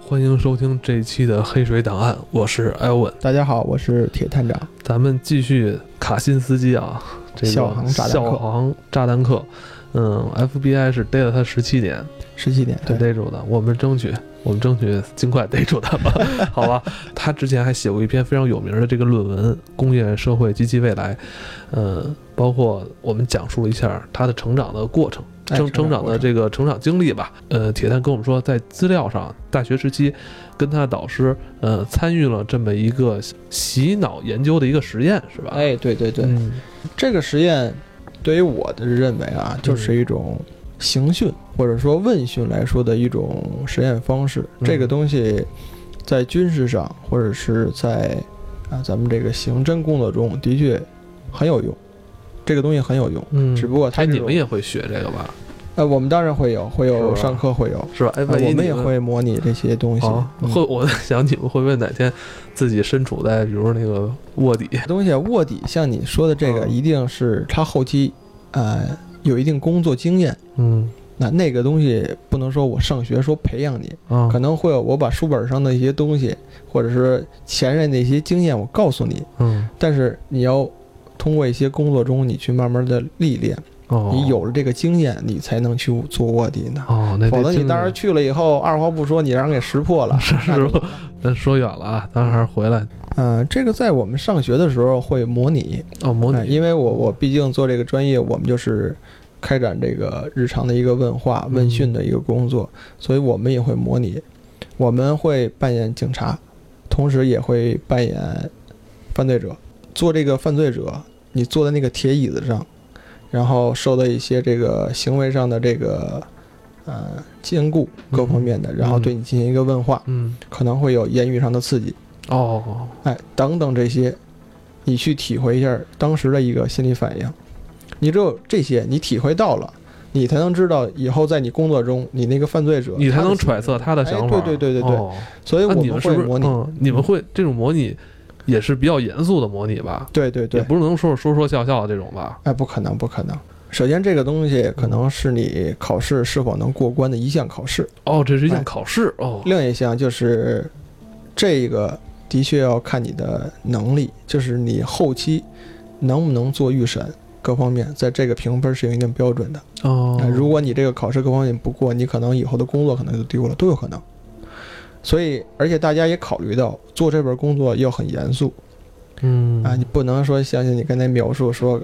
欢迎收听这一期的《黑水档案》，我是艾文，大家好，我是铁探长。咱们继续卡辛斯基啊，这个校行炸弹客校行炸弹客，嗯，FBI 是逮了他十七年十七点，才，逮住的，我们争取，我们争取尽快逮住他 吧，好吧？他之前还写过一篇非常有名的这个论文《工业社会及其未来》，嗯，包括我们讲述了一下他的成长的过程。哎成成长的这个成长经历吧。呃，铁蛋跟我们说，在资料上，大学时期跟他的导师呃参与了这么一个洗脑研究的一个实验，是吧？，哎，对对对，嗯这个实验对于我的认为啊，嗯就是一种刑讯或者说问讯来说的一种实验方式。嗯这个东西在军事上或者是在啊咱们这个刑侦工作中的确很有用，这个东西很有用。嗯，只不过它哎，这你种们也会学这个吧？呃，我们当然会有，会是吧有上课会有，是吧？哎，呃万一我你们也。会模拟这些东西哦，。嗯会，我 在想你们会不会哪天自己身处在，比如那个卧底，东西卧底，像你说的这个，嗯一定是他后期呃有一定工作经验。嗯那那个东西不能说我上学说培养你，啊可，能会有我把书本上的一些东西，或者是前任的一些经验我告诉你，嗯，但是你要通过一些工作中你去慢慢的历练，哦，你有了这个经验，你才能去做卧底呢。哦，那否则你当当时去了以后，二话不说你让人给识破 了，是那是就，咱说远了啊，咱还是回来嗯，这个在我们上学的时候会模拟，哦，模哎拟因为我我毕竟做这个专业，我们就是开展这个日常的一个问话、嗯问讯的一个工作，所以我们也会模拟，我们会扮演警察，同时也会扮演犯罪者。做这个犯罪者，你坐在那个铁椅子上，然后受到一些这个行为上的这个呃禁锢各方面的，然后对你进行一个问话，嗯，可能会有言语上的刺激。哦，哎，等等这些，你去体会一下当时的一个心理反应。你只有这些，你体会到了，你才能知道以后在你工作中，你那个犯罪者你才他的能心揣测他的哎想法，对对对对对哦所以那我你们们是会不是模拟，嗯，你们会这种模拟也是比较严肃的模拟吧？对对也对，不是能说说说笑笑的这种吧？哎，不可能，不可能。首先，这个东西可能是你考试是否能过关的一项考试，哦，这是一项哎考试哦，另一项就是这个的确要看你的能力，就是你后期能不能做预审，各方面在这个评分是有一定标准的。哦那，如果你这个考试各方面不过，你可能以后的工作可能就丢了，都有可能。所以，而且大家也考虑到做这份工作要很严肃嗯啊，你不能说相信你刚才描述说，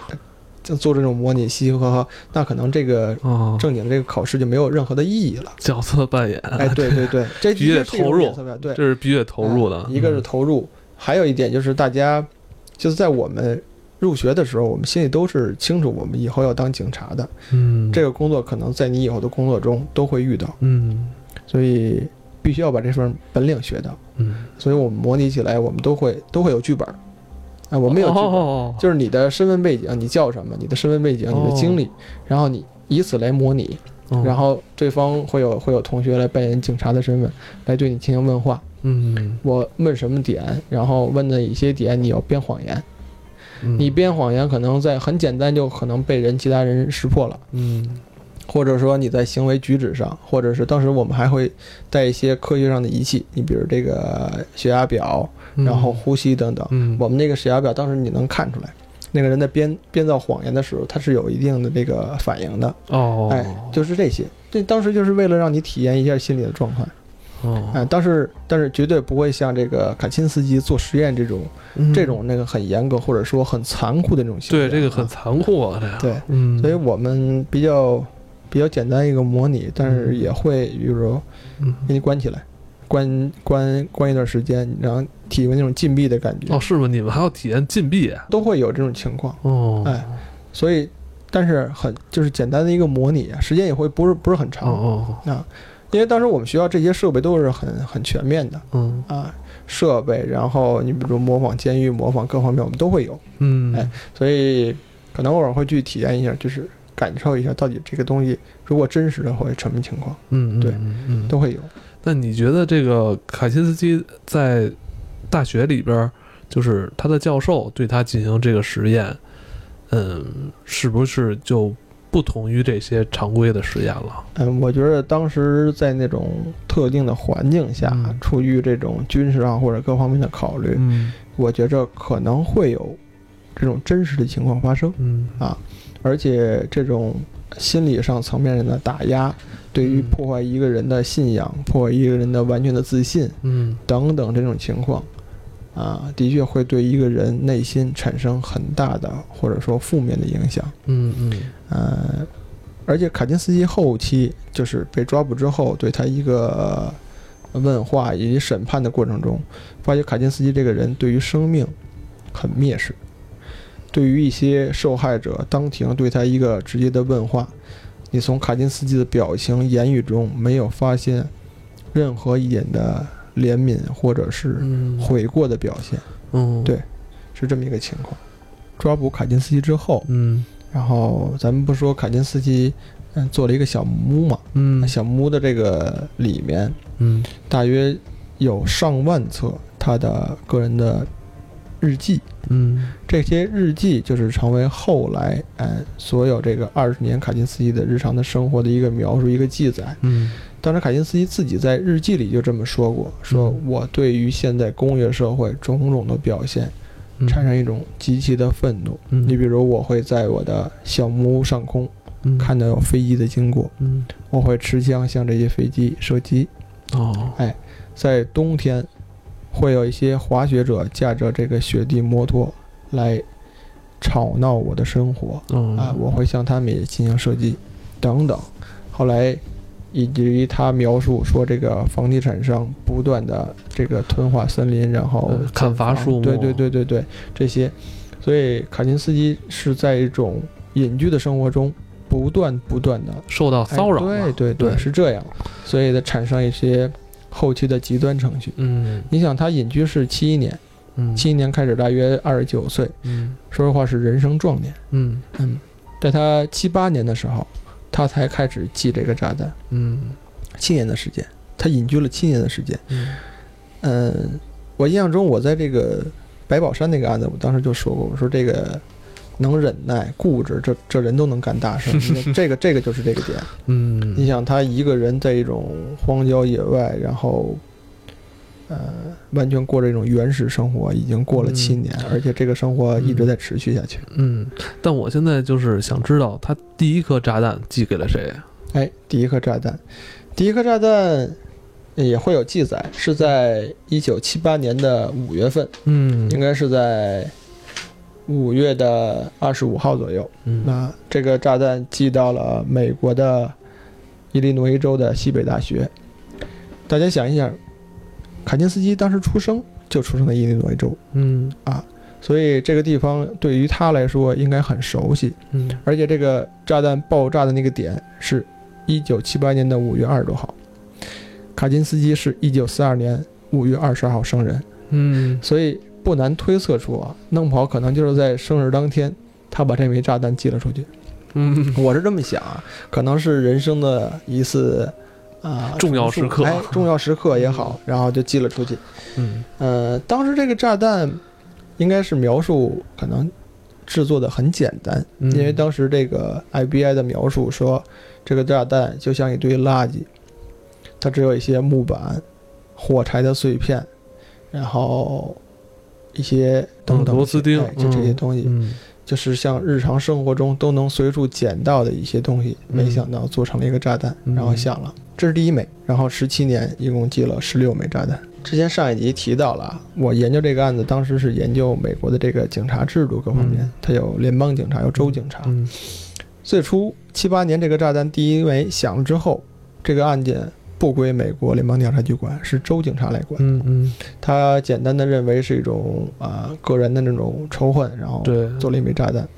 就做这种模拟嘻嘻哈哈，那可能这个哦，正经的这个考试就没有任何的意义 了。角色扮演，哎，对对对，这必须得的确是一种投入角色表对，这是必须得投入的嗯啊，一个是投入，还有一点就是大家就是在我们入学的时候，我们心里都是清楚我们以后要当警察的，嗯，这个工作可能在你以后的工作中都会遇到。嗯所以必须要把这份本领学到。嗯，所以我们模拟起来，我们都会都会有剧本儿，啊，我们有剧本儿，哦，就是你的身份背景，你叫什么，你的身份背景，你的经历，然后你以此来模拟，哦然后对方会有会有同学来扮演警察的身份，来对你进行问话，嗯，我问什么点，然后问的一些点，你要编谎言，嗯你编谎言可能在很简单就可能被人其他人识破了。嗯或者说你在行为举止上，或者是当时我们还会带一些科学上的仪器，你比如这个血压表，嗯然后呼吸等等。嗯我们那个血压表当时你能看出来，那个人在编编造谎言的时候，他是有一定的这个反应的。哦哎，就是这些，这当时就是为了让你体验一下心理的状况。哦哎，但是但是绝对不会像这个卡钦斯基做实验这种嗯这种那个很严格或者说很残酷的那种行为对这啊。个很残酷啊，这样对。嗯，所以我们比较比较简单一个模拟，但是也会比如说嗯给你关起来，关关关一段时间，然后体会那种禁闭的感觉，哦是吗？你们还要体验禁闭啊？都会有这种情况。哦，哎所以，但是很就是简单的一个模拟啊，时间也会不是不是很哦长、哦，啊，因为当时我们学校这些设备都是很很全面的哦嗯啊，设备，然后你比如模仿监狱、模仿各方面我们都会有，嗯，哎所以可能偶尔会去体验一下，就是感受一下到底这个东西如果真实的会什么情况。嗯，嗯对嗯嗯。都会有。那你觉得这个卡钦斯基在大学里边儿，就是他的教授对他进行这个实验，嗯，是不是就不不同于这些常规的实验了。嗯，我觉得当时在那种特定的环境下，嗯出于这种军事啊上或者各方面的考虑，嗯我觉着可能会有这种真实的情况发生，嗯啊而且这种心理上层面上的打压，对于嗯破坏一个人的信仰、破坏一个人的完全的自信嗯等等这种情况，啊，的确会对一个人内心产生很大的或者说负面的影响。嗯嗯呃，而且卡金斯基后期就是被抓捕之后，对他一个呃问话以及审判的过程中，发觉卡金斯基这个人对于生命很蔑视，对于一些受害者当庭对他一个直接的问话，你从卡金斯基的表情、言语中没有发现任何一点的怜悯或者是嗯悔过的表现，嗯对是这么一个情况。抓捕卡金斯基之后，嗯然后咱们不说卡金斯基，嗯，做了一个小木屋嘛，嗯小木屋的这个里面嗯大约有上万册他的个人的日记，嗯这些日记就是成为后来嗯所有这个二十年卡金斯基的日常的生活的一个描述一个记载。嗯当时卡金斯基自己在日记里就这么说过，说嗯我对于现在工业社会种种的表现嗯产生一种极其的愤怒。嗯你比如我会在我的小木屋上空。嗯看到有飞机的经过，嗯我会持枪向这些飞机射击。哦在冬天，会有一些滑雪者驾着这个雪地摩托来吵闹我的生活哦啊，我会向他们也进行射击，等等。后来，以至于他描述说，这个房地产商不断的这个吞化森林，然后呃砍伐树木对对对对对，这些，所以卡金斯基是在一种隐居的生活中不断不断的受到骚扰哎了对对对，对是这样，所以它产生一些后期的极端程序。嗯你想，他隐居是七一年，嗯七一年开始，大约二十九岁，嗯说实话是人生壮年。嗯嗯，在他七八年的时候，他才开始寄这个炸弹，嗯七年的时间，他隐居了七年的时间。嗯嗯，我印象中，我在这个白宝山那个案子，我当时就说过，我说这个。能忍耐、固执，这这人都能干大事儿。 这个这个就是这个点。嗯你想，他一个人在一种荒郊野外，然后，呃，完全过着一种原始生活，已经过了七年，而且这个生活一直在持续下去。嗯，但我现在就是想知道他第一颗炸弹寄给了谁？哎，第一颗炸弹，第一颗炸弹也会有记载，是在一九七八年的五月份，嗯应该是在五月的二十五号左右。嗯那这个炸弹寄到了美国的伊利诺伊州的西北大学。大家想一想，卡金斯基当时出生就出生在伊利诺伊州，嗯所以这个地方对于他来说应该很熟悉。嗯而且这个炸弹爆炸的那个点是一九七八年的五月二十多号，卡金斯基是一九四二年五月二十号生人，嗯所以不难推测出啊，弄不好可能就是在生日当天，他把这枚炸弹寄了出去。嗯 我是这么想啊，可能是人生的一次啊、重要时刻哎，重要时刻也好，然后就寄了出去。嗯呃，当时这个炸弹应该是描述可能制作的很简单，嗯，因为当时这个 IBI 的描述说，这个炸弹就像一堆垃圾，它只有一些木板、火柴的碎片，然后一些等嗯等螺丝钉哎就这些东西。嗯就是像日常生活中都能随处捡到的一些东西，嗯没想到做成了一个炸弹，嗯然后响了。这是第一枚，然后十七年一共寄了十六枚炸弹。之前上一集提到了啊，我研究这个案子，当时是研究美国的这个警察制度各方面嗯，它有联邦警察，有州警察。嗯最初七八年这个炸弹第一枚响了之后，这个案件不归美国联邦调查局管，是州警察来管。嗯嗯他简单的认为是一种啊、个人的那种仇恨，然后对做了一枚炸弹。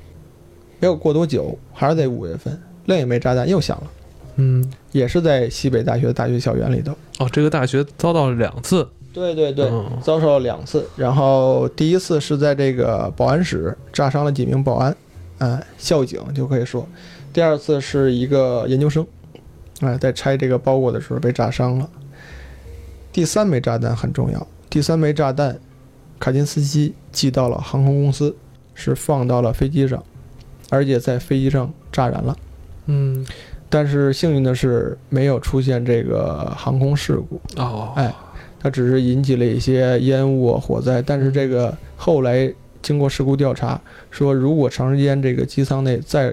没有过多久，还是在五月份，另一枚炸弹又响了，嗯也是在西北大学的大学校园里头。哦，这个大学遭到了两次对对对，嗯遭受了两次。然后第一次是在这个保安室炸伤了几名保安，啊、校警就可以说；第二次是一个研究生，啊、在拆这个包裹的时候被炸伤了。第三枚炸弹很重要，第三枚炸弹，卡金斯基寄到了航空公司，是放到了飞机上，而且在飞机上炸燃了。嗯，但是幸运的是，没有出现这个航空事故，哦，哎它只是引起了一些烟雾啊、火灾。但是这个后来经过事故调查，说如果长时间这个机舱内再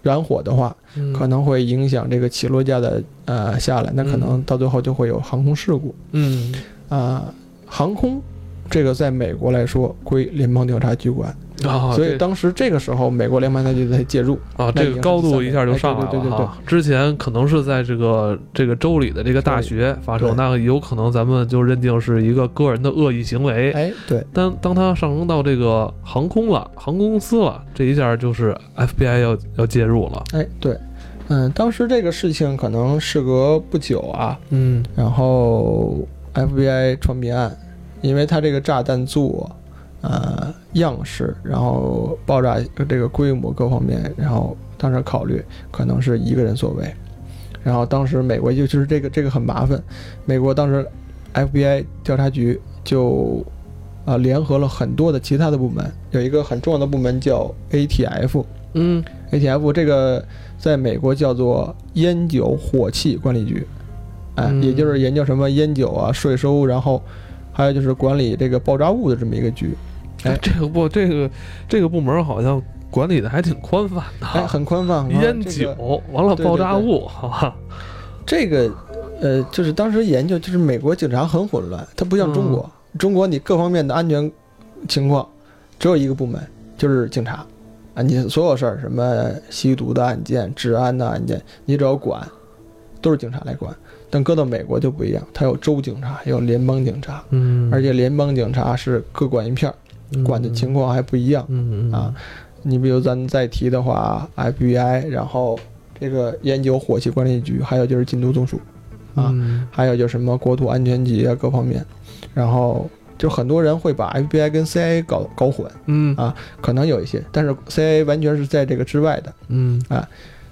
燃火的话，嗯可能会影响这个起落架的呃下来，那可能到最后就会有航空事故嗯，啊、航空这个在美国来说归联邦调查局管，啊，所以这当时这个时候美国联邦调查局才介入。啊，那这已个经高是第度三一下类就哎上对来对了对对哈。之前可能是在这个这个州里的这个大州学发生，对那有可能咱们就认定是一个个人的恶意行为。哎，对，但当它上升到这个航空了、航空公司了，这一下就是 FBI 要要介入了。哎，对，嗯，当时这个事情可能事隔不久啊，嗯然后 FBI 传彼岸，因为它这个炸弹做。呃，样式，然后爆炸这个规模各方面，然后当时考虑可能是一个人所为，然后当时美国就就是这个这个很麻烦，美国当时 FBI 调查局就呃联合了很多的其他的部门，有一个很重要的部门叫 ATF，嗯 ATF 这个在美国叫做烟酒火器管理局，哎，嗯也就是研究什么烟酒啊、税收，然后还有就是管理这个爆炸物的这么一个局，哎这个部这个这个部门好像管理的还挺宽泛的哈，哎，很宽泛。很宽泛啊烟这酒个，完了对对爆炸对物，哈哈，这个，呃，就是当时研究，就是美国警察很混乱，它不像中国，嗯中国你各方面的安全情况只有一个部门，就是警察。啊，你所有事儿，什么吸毒的案件、治安的案件，你只要管，都是警察来管。但搁到美国就不一样，它有州警察，也有联邦警察，嗯，而且联邦警察是各管一片儿，管的情况还不一样。嗯，嗯嗯啊，你比如咱再提的话，FBI，然后这个烟酒火器管理局，还有就是禁毒总署，啊嗯还有就是什么国土安全局啊各方面，然后就很多人会把 FBI 跟 CIA 搞搞混，嗯啊可能有一些，但是 CIA 完全是在这个之外的。嗯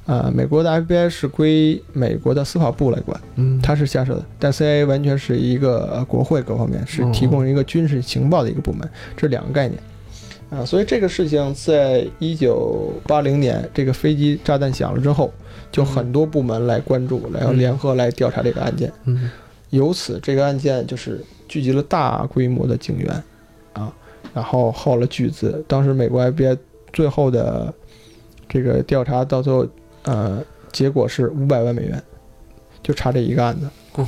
啊、美国的 FBI 是归美国的司法部来管，嗯，它是下设的，但 CIA 完全是一个呃国会各方面是提供一个军事情报的一个部门，这两个概念。啊，所以这个事情在一九八零年这个飞机炸弹响了之后，就很多部门来关注，然后联合来调查这个案件。嗯由此，这个案件就是聚集了大规模的警员，啊，然后耗了巨资。当时美国 FBI 最后的这个调查到最后，呃，结果是五百万美元，就查这一个案子。嗯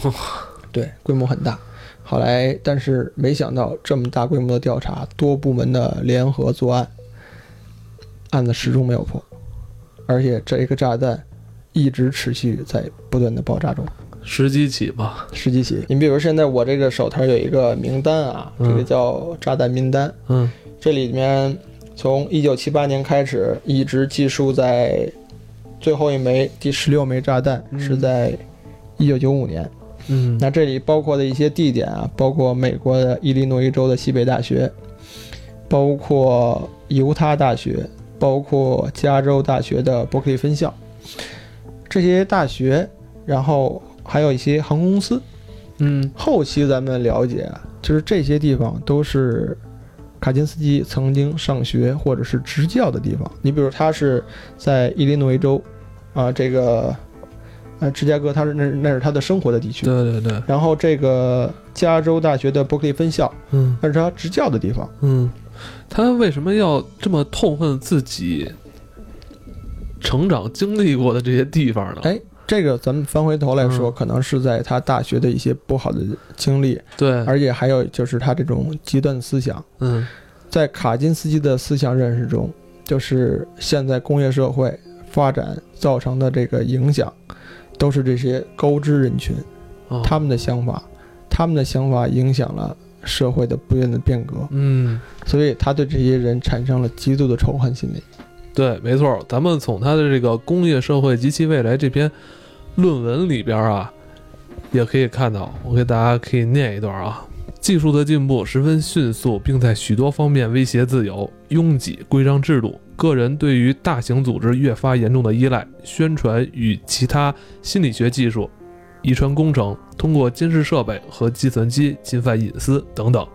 对，规模很大。后来，但是没想到这么大规模的调查，多部门的联合作案，案子始终没有破，而且这一个炸弹一直持续在不断的爆炸中。十几起吧，十几起。你比如现在我这个手头有一个名单啊，嗯这个叫炸弹名单，嗯这里面从一九七八年开始，一直记述在最后一枚第十六枚炸弹嗯是在一九九五年。嗯那这里包括的一些地点啊，包括美国的伊利诺伊州的西北大学，包括犹他大学，包括加州大学的伯克利分校，这些大学，然后还有一些航空公司。嗯后期咱们了解，就是这些地方都是卡金斯基曾经上学或者是执教的地方。你比如他是在伊利诺伊州，啊、这个，呃，芝加哥，他是那那是他的生活的地区。对对对，然后这个加州大学的伯克利分校，嗯那是他执教的地方。嗯，他为什么要这么痛恨自己成长经历过的这些地方呢？哎，这个咱们翻回头来说，嗯可能是在他大学的一些不好的经历，对，而且还有就是他这种极端思想。嗯在卡金斯基的思想认识中，就是现在工业社会发展造成的这个影响，都是这些高知人群哦他们的想法，他们的想法影响了社会的不断的变革，嗯。所以他对这些人产生了极度的仇恨心理。对，没错，咱们从他的这个《工业社会及其未来》这篇论文里边啊，也可以看到，我给大家可以念一段啊。技术的进步十分迅速，并在许多方面威胁自由、拥挤、规章制度、个人对于大型组织越发严重的依赖。宣传与其他心理学技术、遗传工程，通过监视设备和计算机侵犯隐私等等。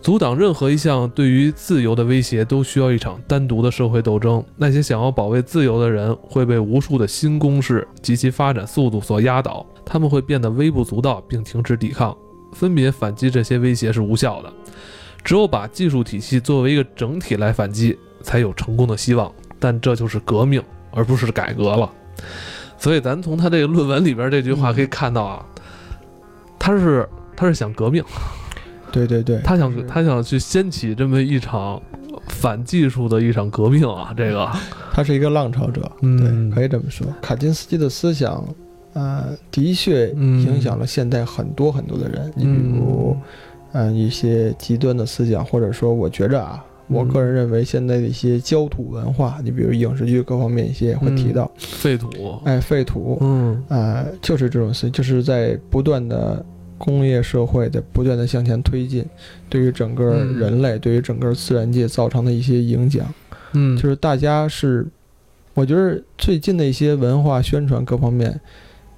阻挡任何一项对于自由的威胁，都需要一场单独的社会斗争。那些想要保卫自由的人，会被无数的新公式及其发展速度所压倒，他们会变得微不足道，并停止抵抗。分别反击这些威胁是无效的，只有把技术体系作为一个整体来反击，才有成功的希望。但这就是革命，而不是改革了。所以，咱从他这个论文里边这句话可以看到啊，他是他是想革命。对对对，他就是想他想去掀起这么一场反技术的一场革命啊！这个，他是一个浪潮者，嗯，对，可以这么说。卡金斯基的思想，呃，的确嗯影响了现代很多很多的人。你比如，嗯、一些极端的思想，或者说，我觉着啊，我嗯个人认为现在的一些焦土文化，你比如影视剧各方面一些会提到，废土，哎，废土，嗯呃，就是这种思，就是在不断的。工业社会在不断的向前推进，对于整个嗯人类、对于整个自然界造成的一些影响，嗯，就是大家是，我觉得最近的一些文化宣传各方面，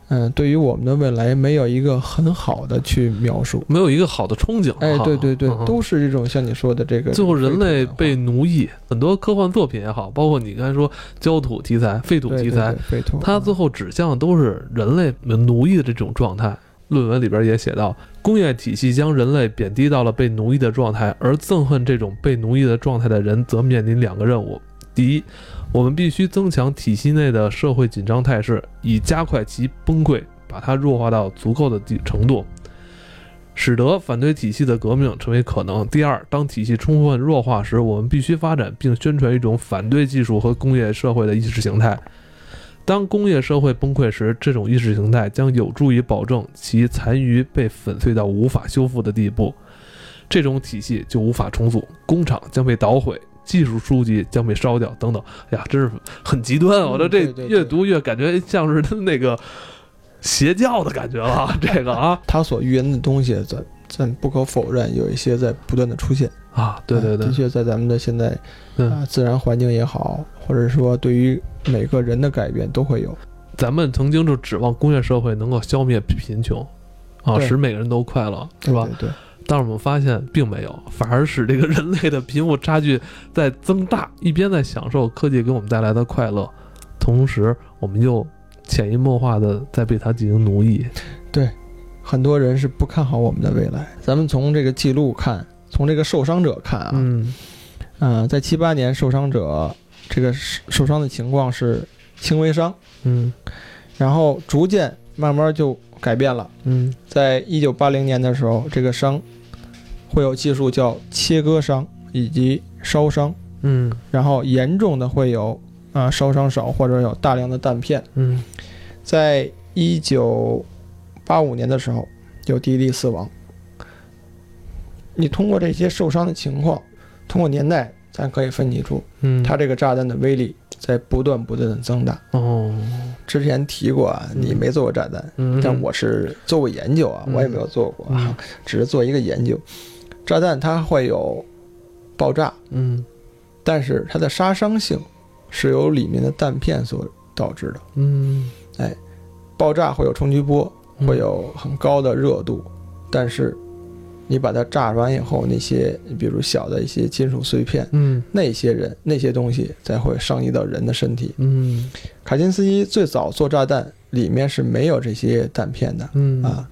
嗯、对于我们的未来没有一个很好的去描述。没有一个好的憧憬。哎，哈对对对，嗯都是这种像你说的这个。最后人类被废奴役，很多科幻作品也好，包括你刚才说焦土题材、废土土文题化材，，对对对废土它最后指向的都是人类奴役的这种状态。论文里边也写到，工业体系将人类贬低到了被奴役的状态，而憎恨这种被奴役的状态的人，则面临两个任务：第一，我们必须增强体系内的社会紧张态势，以加快其崩溃，把它弱化到足够的地程度，使得反对体系的革命成为可能。第二，当体系充分弱化时，我们必须发展并宣传一种反对技术和工业社会的意识形态。当工业社会崩溃时，这种意识形态将有助于保证其残余被粉碎到无法修复的地步，这种体系就无法重组，工厂将被捣毁，技术书籍将被烧掉，等等。哎呀，真是很极端啊！嗯我说对这对对越读越感觉像是那个邪教的感觉了啊，这个啊他所预言的东西，咱咱不可否认，有一些在不断的出现。啊，对对啊对的，确在咱们的现在嗯，啊，自然环境也好，或者说对于每个人的改变都会有。咱们曾经就指望工业社会能够消灭贫穷，啊，对使每个人都快乐，是对吧？？对，对但是我们发现并没有，反而使这个人类的贫富差距在增大。一边在享受科技给我们带来的快乐，同时我们又潜移默化的在被它进行奴役。很多人是不看好我们的未来。咱们从这个记录看，从这个受伤者看啊，嗯、嗯在七八年受伤者这个受受伤的情况是轻微伤，嗯然后逐渐慢慢就改变了。嗯在一九八零年的时候，这个伤会有技术叫切割伤以及烧伤，嗯然后严重的会有啊、呃烧伤少或者有大量的弹片。嗯在一九八五年的时候，有第一例死亡。你通过这些受伤的情况，通过年代，咱可以分析出嗯，它这个炸弹的威力在不断不断的增大。哦，之前提过啊，嗯你没做过炸弹，嗯，但我是做过研究啊，嗯我也没有做过嗯啊，只是做一个研究。炸弹它会有爆炸，嗯但是它的杀伤性是由里面的弹片所导致的。嗯爆炸会有冲击波，嗯会有很高的热度，但是你把它炸完以后，那些比如小的一些金属碎片，嗯那些人那些东西才会伤及到人的身体。嗯卡金斯基最早做炸弹，里面是没有这些弹片的嗯啊，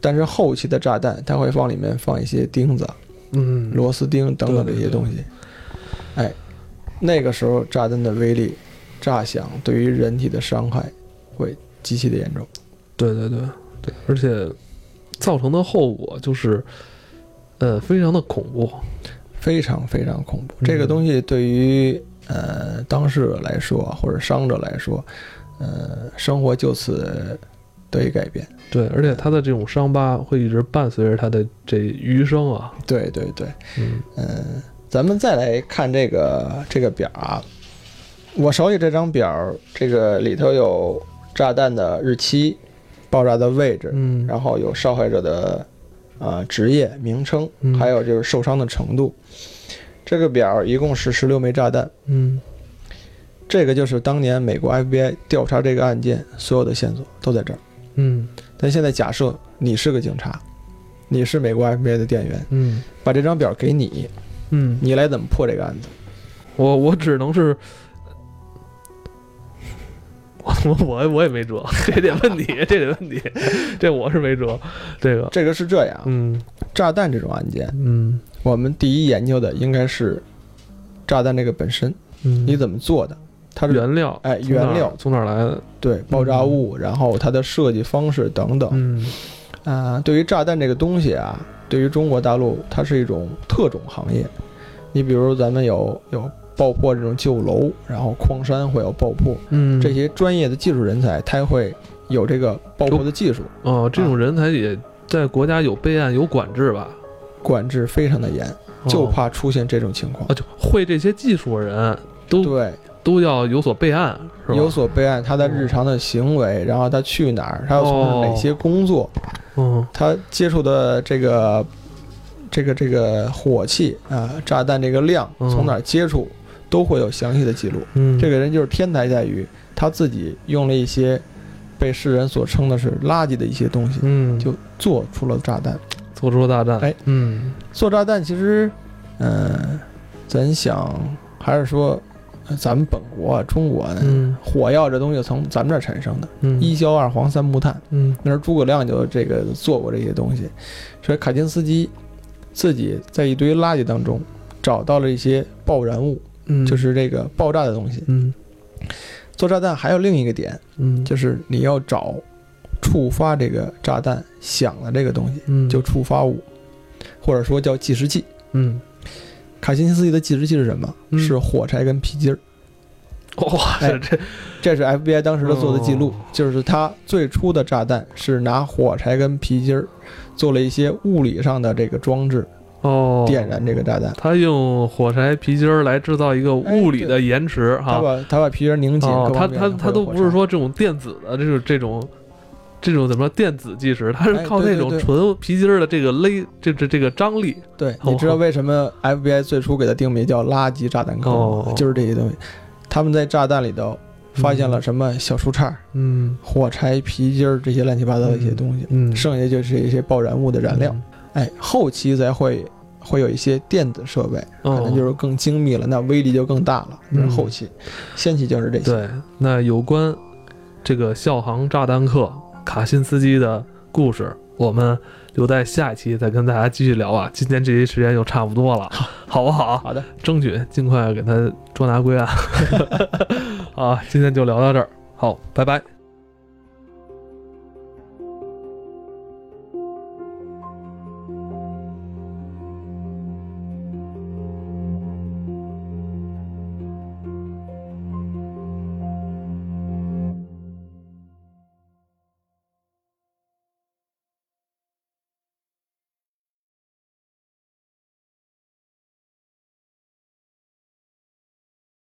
但是后期的炸弹，它会往里面放一些钉子、嗯螺丝钉等等对这对些对东西。哎，那个时候炸弹的威力、炸响对于人体的伤害会极其的严重。对对对对，而且造成的后果就是，呃，非常的恐怖。非常非常恐怖。嗯这个东西对于呃当事者来说，啊或者伤者来说，呃，生活就此得以改变。对，而且他的这种伤疤会一直伴随着他的这余生啊。对对对，嗯嗯、咱们再来看这个这个表啊，我手里这张表，这个里头有炸弹的日期、爆炸的位置，嗯，然后有受害者的呃职业名称，嗯还有就是受伤的程度。这个表一共是十六枚炸弹。嗯这个就是当年美国 FBI 调查这个案件所有的线索都在这儿。嗯但现在假设你是个警察，你是美国 FBI 的店员，嗯把这张表给你，嗯，你来怎么破这个案子？我我只能是，我我我我也没辙，这得问你，这得问你，这我是没辙，这个，这个是这样，嗯炸弹这种案件，嗯我们第一研究的应该是炸弹这个本身，嗯，你怎么做的？它是原料？哎从哪儿原料从哪儿来的？对爆炸物，然后它的设计方式等等嗯啊、对于炸弹这个东西啊，对于中国大陆它是一种特种行业。你比如咱们有有爆破这种旧楼，然后矿山会有爆破，嗯，这些专业的技术人才他会有这个爆破的技术，哦，这种人才也在国家有备案有管制吧？管制非常的严，哦就怕出现这种情况啊，。就会这些技术的人都对，都要有所备案，是吧？哦有所备案，他的日常的行为，然后他去哪儿，他要从事哪些工作，嗯他接触的这个这个这个火器啊、炸弹这个量，嗯从哪儿接触，都会有详细的记录。嗯，这个人就是天才在于他自己用了一些被世人所称的是垃圾的一些东西，嗯就做出了炸弹。做出大战，哎，嗯做炸弹其实，嗯，咱想还是说，呃咱们本国啊，中国呢，嗯火药这东西从咱们这儿产生的，嗯一硝二黄三木炭，嗯那时候诸葛亮就这个做过这些东西，所以卡钦斯基自己在一堆垃圾当中找到了一些爆燃物，嗯，就是这个爆炸的东西。嗯做炸弹还有另一个点，嗯就是你要找触发这个炸弹响的这个东西，嗯就触发物，或者说叫计时器。嗯，卡辛斯基的计时器是什么？嗯是火柴跟皮筋儿。哇，哎这这这是 FBI 当时的做的记录，哦就是他最初的炸弹是拿火柴跟皮筋儿做了一些物理上的这个装置，哦，点燃这个炸弹。他用火柴皮筋儿来制造一个物理哎对的延迟他哈，把他把皮筋儿拧紧，哦各，他方面他会有他都火不是柴说这种电子的，这种这种。这种怎么说电子计时，它是哎靠对那对种对纯皮筋儿的这个勒，这这这个张力，对，哦你知道为什么 FBI 最初给它定名叫垃圾炸弹坑吗？哦就是这些东西，他们在炸弹里头发现了什么小树杈、嗯火柴、皮筋儿这些乱七八糟的一些东西，嗯，剩下就是一些爆燃物的燃料。哎，后期才会会有一些电子设备，嗯，可能就是更精密了，那威力就更大了。这是后期，先期就是这些。对，那有关这个校航炸弹客卡辛斯基的故事，我们留在下一期再跟大家继续聊啊。今天这期时间就差不多了，好不好？好的，争取尽 快给他捉拿归案。啊，今天就聊到这儿，好，拜拜。